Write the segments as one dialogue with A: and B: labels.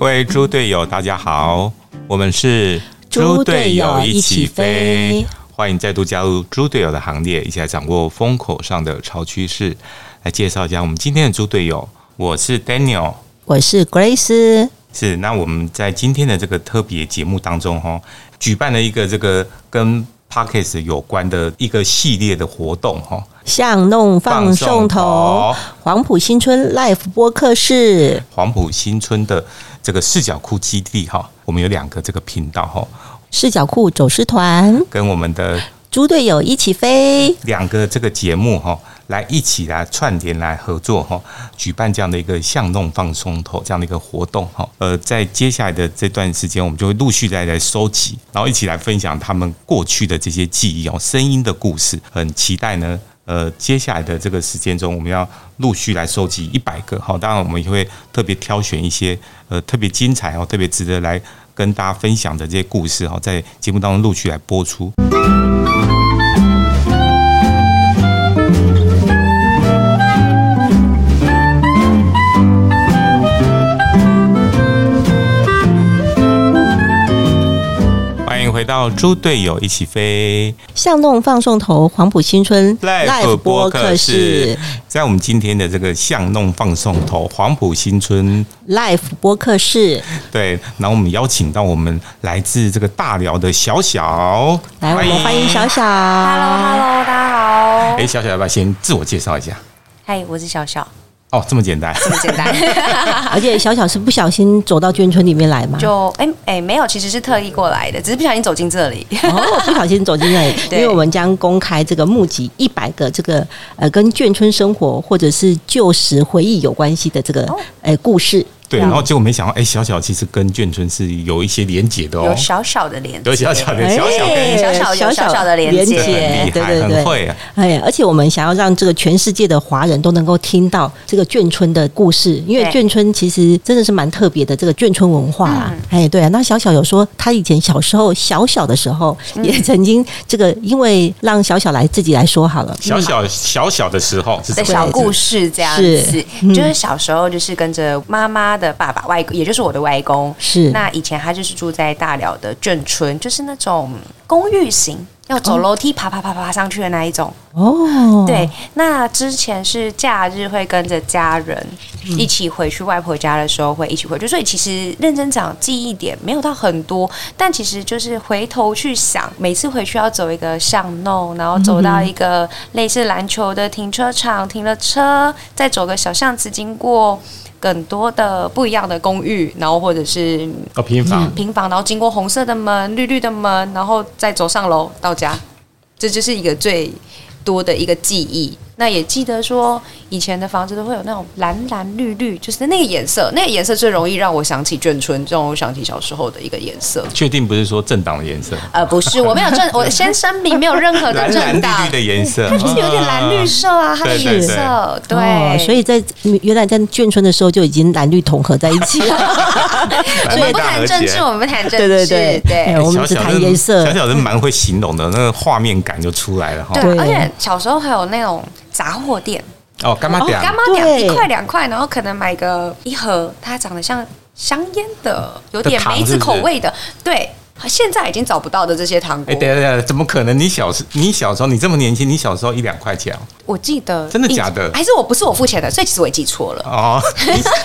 A: 位猪队友，大家好，我们是
B: 猪队友一起飞，
A: 欢迎再度加入猪队友的行列，一起来掌握风口上的潮趋势。来介绍一下我们今天的猪队友，我是 Daniel，
B: 我是 Grace，
A: 是那我们在今天的这个特别节目当中，哈，举办了一个这个跟 Parkes 有关的一个系列的活动，哈，
B: 向弄放送头，黄埔新村 Life 播客室，
A: 黄埔新村的这个视角库基地，哈，我们有两个这个频道，哈，
B: 视角库走失团，
A: 跟我们的
B: 猪队友一起飞，
A: 两个这个节目，哈。来一起来串联来合作哈，举办这样的一个巷弄放松头这样的一个活动哈。呃，在接下来的这段时间，我们就会陆续来来收集，然后一起来分享他们过去的这些记忆哦，声音的故事。很期待呢。呃，接下来的这个时间中，我们要陆续来收集一百个哈。当然，我们也会特别挑选一些呃特别精彩哦，特别值得来跟大家分享的这些故事哈，哦在节目当中陆续来播出。欢迎回到猪队友一起飞
B: 向弄放送头，黄埔新村
A: Live 播客室，在我们今天的这个巷弄放送头，黄埔新村
B: Live 播客室，
A: 对，然后我们邀请到我们来自这个大寮的小小，
B: 来，我们欢迎小小。
C: Hello Hello，大家好。
A: 哎，小小要不要先自我介绍一下？
C: 嗨，我是小小，
A: 哦，这么简单，
C: 这么简单。
B: 而且小小是不小心走到眷村里面来嘛，
C: 就哎哎、没有，其实是特意过来的，只是不小心走进这里。
B: 哦，不小心走进来，因
C: 对
B: 为我们将公开这个募集一百个这个呃跟眷村生活或者是旧时回忆有关系的这个
C: 哦
B: 呃故事。
A: 对，然后结果没想到，哎，小小其实跟眷村是有一些连结的哦
C: 有，小小的连接，
A: 有小小的
B: 哎
A: 小小
C: 哎
A: 跟
C: 小小有小小的连接
A: 很厉害，
B: 对对
A: 很
B: 对，
A: 会啊，
B: 哎，而且我们想要让这个全世界的华人都能够听到这个眷村的故事，因为
C: 对
B: 眷村其实真的是蛮特别的这个眷村文化啊。
C: 嗯
B: 哎，对啊，那小小有说他以前小时候小小的时候也曾经这个，因为让小小来自己来说好了，
A: 小小小小的时候是什
C: 的
A: 么
C: 小
A: 样子
C: 故事这样
B: 是
C: 子，
A: 嗯
C: 就是小时候就是跟着妈妈的爸爸外，也就是我的外公。
B: 是
C: 那以前他就是住在大寮的眷村，就是那种公寓型，要走楼梯爬爬爬爬上去的那一种。
B: 哦，
C: 对，那之前是假日会跟着家人一起回去外婆家的时候会一起回去，所以其实认真讲记忆点没有到很多，但其实就是回头去想，每次回去要走一个巷弄，然后走到一个类似篮球的停车场，停了车，再走个小巷子，经过更多的不一样的公寓，然后或者是
A: 哦，平房
C: 平房，然后经过红色的门、绿绿的门，然后再走上楼到家，这就是一个最多的一个记忆。那也记得说，以前的房子都会有那种蓝蓝绿绿，就是那个颜色，那个颜色最容易让我想起眷村，让我想起小时候的一个颜色。
A: 确定不是说政党的颜色，
C: 呃，不是，我没有正，我先声明没有任何的
A: 蓝蓝
C: 正
A: 绿
C: 当
A: 绿，的颜色，
C: 它就是有点蓝绿色啊，它的
A: 对对
C: 颜
A: 对
C: 色，
B: 哦
C: 对，
B: 所以在嗯原来在眷村的时候就已经蓝绿统合在一起了。
A: 蓝
C: 我
A: 绿
C: 们不
A: 大
C: 谈
A: 和
C: 政
A: 谐
C: 治，我们不谈政
B: 对对
C: 治，
B: 对哎
C: 对。
B: 我们只
A: 小小
B: 谈
A: 人
B: 颜色
A: 小小人蛮会形容的，那个画面感就出来了哈。
C: 对，
B: 对
C: 而且小时候还有那种杂货店，
A: 哦，干妈点
C: 干妈两
B: 对
C: 一块两块，然后可能买个一盒，它长得像香烟的，有点
A: 的糖
C: 梅
A: 是
C: 子
A: 不是
C: 口味的，对。现在已经找不到的这些糖
A: 哎、
C: 果，
A: 等一下等一下，怎么可能？你小时你小时候，你这么年轻，你小时候一两块钱哦
C: 我记得
A: 真的假的
C: 还是我不是我付钱的，所以其实我也记错了。
A: 哦，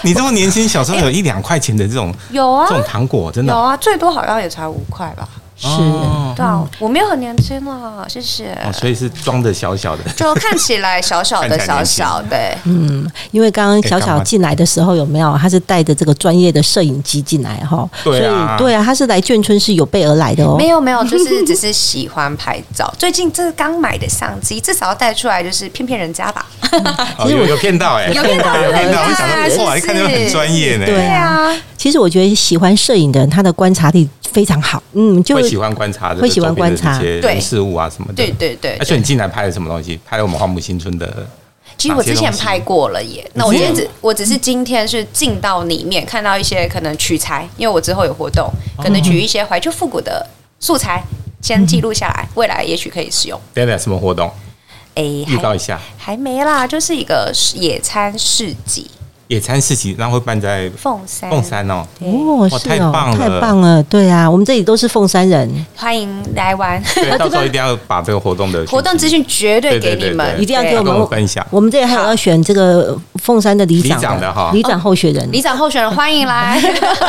A: 你你这么年轻，小时候有一两块钱的这种、
C: 有啊
A: 这，种糖果，真的
C: 有啊，最多好像也才五块吧。
B: 是，
A: 哦
C: 对啊，我没有很年轻啦，谢谢。
A: 哦，所以是装的小小的。
C: 就看起来小小 的
A: 看起来
C: 小
A: 年轻哦
C: 小的，
B: 因为
A: 哎
B: 刚刚小小进来的时候有没有，他是带着这个专业的摄影机进来哈，
A: 对啊
B: 所以对啊，他是来眷村是有备而来的哦
C: 没。有没有，就是只是喜欢拍照。 最近这刚买的相机，至少要带出来，就是骗骗人家吧。
A: 哦，
B: 其实我
A: 有有骗到哎、
C: 有骗到
A: 有骗到，
C: 有
A: 我
C: 骗到
A: 想
C: 是
A: 说
C: 不
A: 哇，
C: 是
A: 一看就很专业呢。
B: 对
C: 对啊，
B: 其实我觉得喜欢摄影的人，他的观察力非常好，嗯，就
A: 会喜欢观察这个
B: 会喜欢
A: 周边的
B: 观察
A: 这些人
C: 对
A: 事物啊什么的。
C: 对对对
A: 而。且你进来拍了什么东西？拍了我们花木新村的
C: 其实我之
A: 哪
C: 前
A: 些东西
C: 拍过了耶，那我
B: 嗯
C: 今天只我只是今天是进到里面看到一些可能取材，因为我之后有活动，
A: 哦
C: 可能取一些怀旧复古的素材，先记录下
A: 嗯
C: 来，未来也许可以使用。
A: 等等什么活动？
C: 哎、
A: 预告
C: 还
A: 一下。
C: 还没啦，就是一个野餐市集。
A: 野餐市集，那会办在
C: 凤山，
A: 凤，山 哦。
C: 对，
B: 哦，
A: 哇
B: 是
A: 太
B: 哦，
A: 棒了
B: 太棒了，对啊，我们这里都是凤山人，
C: 欢迎 来玩。
A: 对，到时候一定要把这个活动的
C: 哦活动资
A: 讯息
C: 讯绝对给
A: 对
C: 你
A: 对对
C: 们，
A: 对
B: 一定要给
C: 对
B: 我
A: 跟
B: 们
A: 我们分享。
B: 我们这里还有要选这个凤山的里长
A: 里长的哈
B: 里长候选人，
C: 里长候选人欢 迎来。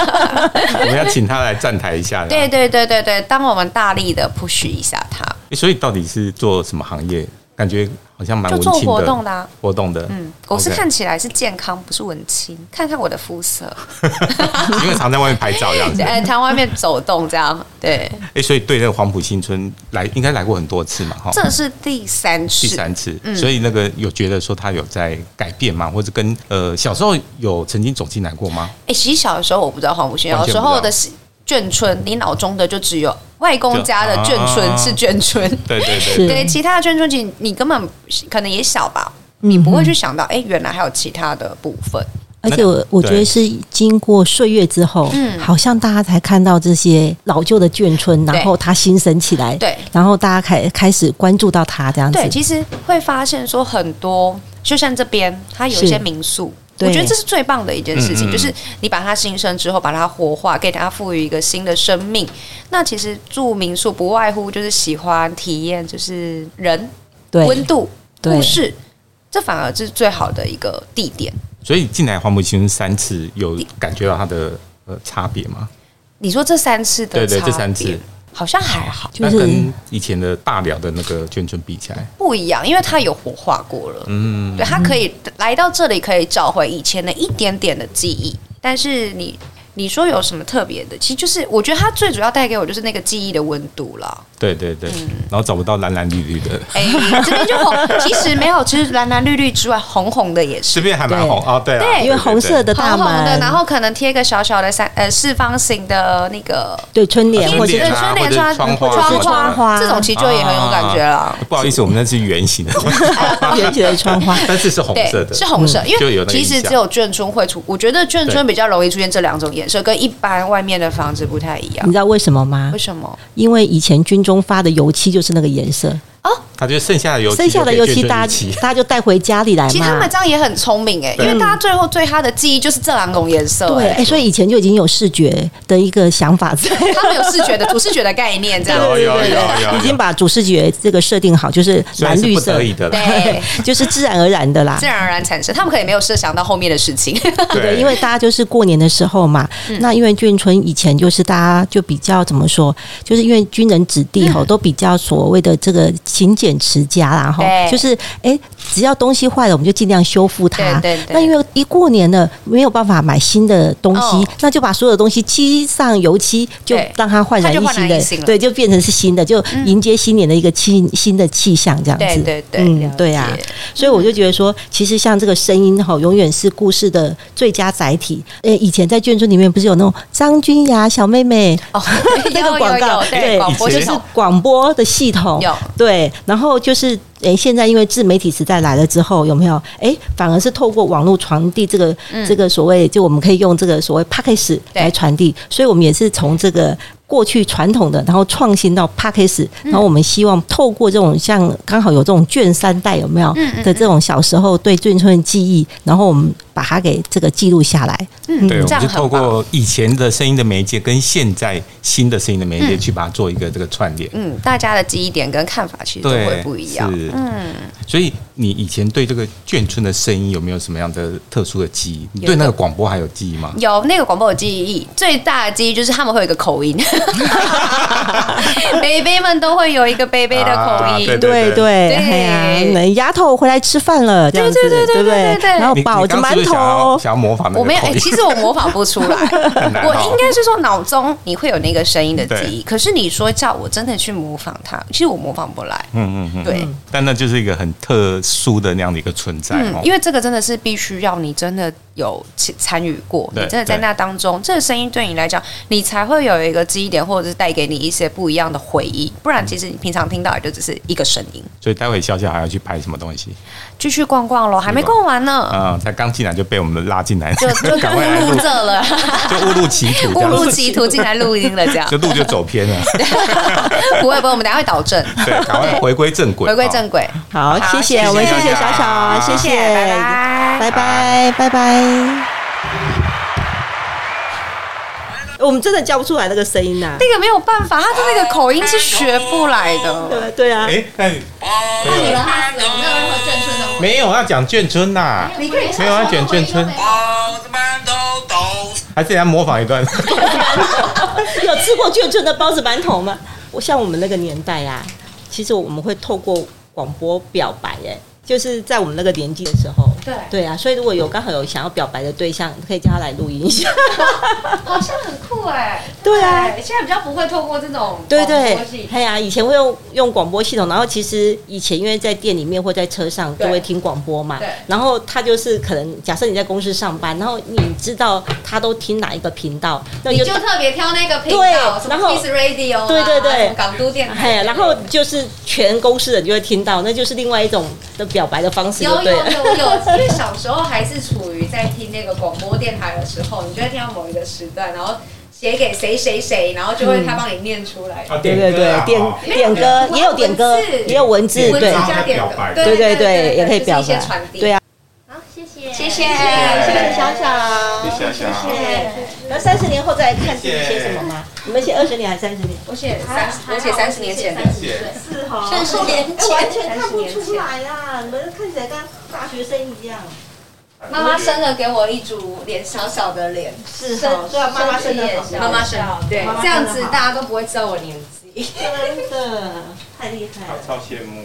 A: 我们要请他来站台一下。
C: 对，对对对对，当我们大力的 push 一下他，
A: 所以到底是做什么行业？感觉好像蛮
C: 就
A: 文
C: 做
A: 青
C: 活动
A: 的
C: 的、啊。
A: 活动的。
C: 嗯，我是
A: OK
C: 看起来是健康，不是文青。看看我的肤色，
A: 因为常在外面拍照这样子。
C: 呃，台湾面走动这样。对，
A: 哎，所以对那个黄埔新村来，应该来过很多次嘛，哈。
C: 这是嗯第三
A: 第
C: 次。
A: 三次，所以那个有觉得说他有在改变吗？或者跟呃小时候有曾经走进来过吗？
C: 哎、其实小的时候我不知道黄埔新村，
A: 完全
C: 小时
A: 不知
C: 候
A: 道
C: 的是眷村，你脑中的就只有外公家的眷
A: 就啊
C: 村是眷村，
A: 对对对
B: 是
C: 对，其他的眷村其实你根本可能也小吧，
A: 嗯
C: 你不会去想到，哎、原来还有其他的部分。
B: 而且我我觉得是经过岁月之后，
C: 嗯
B: 好像大家才看到这些老旧的眷村，
C: 对
B: 然后它新生起来，
C: 对，
B: 然后大家开开始关注到它这样子
C: 对，，其实会发现说很多，就像这边它有一
B: 是
C: 些民宿。我
B: 对
C: 觉得这是最棒的一件事
A: 嗯嗯嗯
C: 情，就是你把它新生之后，把它活化，给它赋予一个新的生命。那其实住民宿不外乎就是喜欢体验，就是人温
B: 对，
C: 度、
B: 对
C: 故事，这反而是最好的一个地点。
A: 所以进来黄埔新村三次，有感觉到它的呃差别吗？
C: 你说这三次的
A: 对对，
C: 差
A: 这三
C: 别
A: 次，
C: 好像还好
B: 就
A: 那
B: 是
A: 跟以前的大寮的那个眷村比起来，
C: 不一样，因为它有活化过了。
A: 嗯，
C: 对，他可以来到这里，可以找回以前的一点点的记忆。但是你你说有什么特别的？其实就是我觉得它最主要带给我就是那个记忆的温度啦。
A: 对对对，
B: 嗯
A: 然后找不到蓝蓝绿绿 的，
C: 哎、这边就红，其实没有，其实蓝蓝绿绿之外，红红的也
A: 这
C: 是。
A: 边还蛮红哦，对啊，
C: 对
B: 因为红色的大
C: 红红的，
B: 门，
C: 然后可能贴个小小的三呃四方形的那个
B: 对春联
A: 啊春
B: 或者
A: 联
C: 对
A: 啊
C: 春联
A: 或者
C: 窗
A: 窗花啊
B: 或者窗花
C: 花，这种其实就也很有感觉啦。
A: 不好意思，我们那是圆 形的，
B: 圆形的窗 花，
A: 但是是红色的，
C: 是红色，因
A: 就有那
C: 为
A: 个
C: 其
A: 印
C: 实
A: 象
C: 只有眷村会出，我觉得眷
A: 对
C: 村比较容易出现这两种颜色，跟一般外面的房子不太一样
B: 你。知道为什么吗
C: 为？什么？
A: 嗯
B: 因为以前军中发的油漆就是那个颜色，
A: 它就剩下的油漆
B: 剩下的
A: 就
B: 油
A: 可以
B: 漆
A: 卷成
B: 大
A: 一
B: 家
A: 起
B: 大家就带回家里来
C: 其实他
B: 嘛
C: 们。这样也很聪明哎、
A: 对
C: 因为大家最后对他的记忆就是这两种颜色、
B: 对，
C: 哎
B: 哎，所以以前就已经有视觉的一个 想法在，
C: 他们有视觉的、主视觉的概念，这样
A: 有有有有
B: 已经把主视觉这个设定好，就是
A: 虽然
B: 蓝
A: 是
B: 绿
A: 不
B: 色
A: 得，已的啦，
C: 对，
B: 就是自然而然的啦
C: 自。然而然产生。他们可能没有设想到后面的事情，
B: 对，因为大家就是过年的时候嘛，
C: 嗯
B: 那因为眷村以前就是大家就比较怎么说，就是因为军人子弟
C: 嗯
B: 吼、都比较所谓的这个勤俭持家啦吼，
C: 对
B: 就是哎、诶只要东西坏了我们就尽量修复 它。
C: 对对对
B: 那因为一过年了没有办法买新的东西，
C: 哦
B: 那就把所有东西漆上油漆，就
C: 对
B: 让它焕然
C: 它
B: 一
C: 就焕
B: 新
C: 然
B: 的
C: 一新，了嗯
B: 对，就变成是新的，就迎接新年的一个气新的气象这样子。
C: 对对对，了
B: 嗯
C: 解，
B: 对啊。所以我就觉得说，其实像这个声音哈，永远是故事的最佳载体。呃，以前在眷村里面不是有那种张君雅小妹妹，
C: 哦
B: 那
C: 有
B: 个
C: 有
B: 广告
C: 有，对，广播
A: 以
B: 就
A: 前
C: 就是是
B: 广播的系统
C: 有
B: 对，然后就是。诶，现在因为自媒体时代来了之后，有没有？诶，反而是透过网络传递这个、这个所谓，就我们可以用这个所谓 p a c k a g e
C: 嗯对
B: 来传递，所以我们也是从这个过去传统的，然后创新到 p a c k a g e
C: 嗯
B: 然后我们希望透过这种像刚好有这种卷三代有没
C: 嗯
B: 有的这种小时候对眷村的记忆，然后我们把它给这个记录下来。
C: 嗯，
A: 对，我
C: 这
A: 们
C: 样
A: 就
C: 很
A: 透
C: 棒
A: 过以前的声音的媒介跟现在新的声音的媒介去把它做一个这个串联。
C: 嗯，大家的记忆点跟看法其实都会
A: 对，
C: 不一样。
A: 是，嗯，所以你以前对这个眷村的声音有没有什么样的特殊的记忆？你对那个广播还有记忆吗？
C: 有那个广播有记忆，最大的记忆就是他们会有一个口音， 北北们都会有一个北北的口
A: 啊
C: 音，
A: 对
B: 对对，
C: 对
B: 哎呀，那丫头回来吃饭了，这样子，
C: 对对对
B: 不
C: 对对对
B: 然后
A: 你你
B: 饱着
A: 刚刚是不
B: 馒
A: 是想要
B: 头，
A: 想要模仿那
C: 我
A: 个
C: 没有、
A: 口
C: 哎
A: 音，
C: 其实我模仿 不出来，
A: 难
C: 我
A: 哦
C: 应该是说脑中你会有那个声音的记忆，可是你说叫我真的去模仿它，其实我模仿不来。
A: 嗯嗯嗯，
C: 对，
A: 但那就是一个很特殊的那样的一个存在
C: 嗯
A: 哦，。
C: 因为这个真的是必须要你真的有参参与过，你
A: 对
C: 真的在那当中，这个声音对你来讲，你才会有一个记忆点，或者是带给你一些不一样的回忆。不然，其实你平常听到也就只是一个声音。
A: 所以待会小小还要去拍什么东西
C: 继续逛逛喽，还没逛完呢，
A: 嗯啊？才刚进来就被我们拉进来，
C: 嗯就 就
A: 赶快来
C: 误入
A: 录，
C: 这了，
A: 就误入歧途，
C: 误入歧途进来录音了，这样
A: 就路就走偏 了。
C: 不会不会，我们等一下会导正，
A: 对，赶快回归正轨，
C: 回归
A: 哦
C: 正轨。
B: 好，
C: 好
B: 谢谢，
C: 谢
B: 我们谢
A: 谢
B: 谢小小，谢
C: 谢谢，拜拜。
B: 拜拜，拜拜。我们真的叫不出来那个声音呐、
C: 那个没有办法，他的那个口音是学不来的。
B: 对对啊，
A: 哎，那你
D: 那你们害死了，没有任何眷村的。
A: 没有要讲眷村呐，
D: 你可以
A: 没有要卷眷村
E: 包子馒头都是
A: 还是人家模仿一段。
B: 有吃过眷村的包子馒头吗？我像我们那个年代啊，其实我们会透过广播表白、哎，就是在我们那个年纪的时候。
C: 对
D: 哦
B: 对啊，所以如果有刚好有想要表白的对象，可以叫他来录音一下。
D: 好像很酷哎。
B: 对啊
D: 现在比较不会透过这种
B: 对
D: 广
B: 对
D: 播系，
B: 哎呀、以前会用用广播系统，然后其实以前因为在店里面或在车上
D: 对
B: 都会听广播嘛
D: 对，
B: 然后他就是可能假设你在公司上班，然后你知道他都听哪一个频道，那
D: 你
B: 你
D: 就
B: 就哎
D: 特别挑那个频道，
B: 对
D: 什
B: 然
D: 么
B: 后
D: Kiss Radio，啊
B: 对对对
D: 什么港都电
B: 哎
D: 台，
B: 呀，然后就是全公司人就会听到，那就是另外一种的表白的方式，
D: 有
B: 就
D: 有
B: 对
D: 有
B: 了。
D: 有，因为小时候还是处于在听那个广播电台的时候，你就会听到某一个时段，然后写给谁谁谁，然后
B: 嗯
D: 就会他帮你念出来。
B: 对对
A: 啊
B: 对，点点歌也有点歌
D: 文字，
B: 也有文字，
D: 文字
B: 对
D: 加点
A: 表白
D: 歌，
B: 对对对，也可以表
D: 就是一些
B: 白
D: 传，递。
B: 对啊。
F: 好，谢谢，
D: 谢谢，
F: 谢
D: 谢谢小
F: 小，
E: 谢谢
F: 谢谢。
B: 那三十年哎后再来看自己写什么吗？你们写二十年还是三十年？
D: 我写三十，我写三十年前的，
B: 是哈
D: 三十哦年前
B: 完全看不出来啦！你们看起来跟大学生一样。
D: 妈妈生了给我一组脸小小的脸，
B: 是
D: 生
B: 哈，对啊，妈妈生的
D: 也
B: 好，
D: 小妈妈生对
B: 妈，妈
D: 这
B: 生得
D: 样
B: 好
D: 子大家都不会知道我年纪。
B: 真的太厉害了。
A: 超羡慕，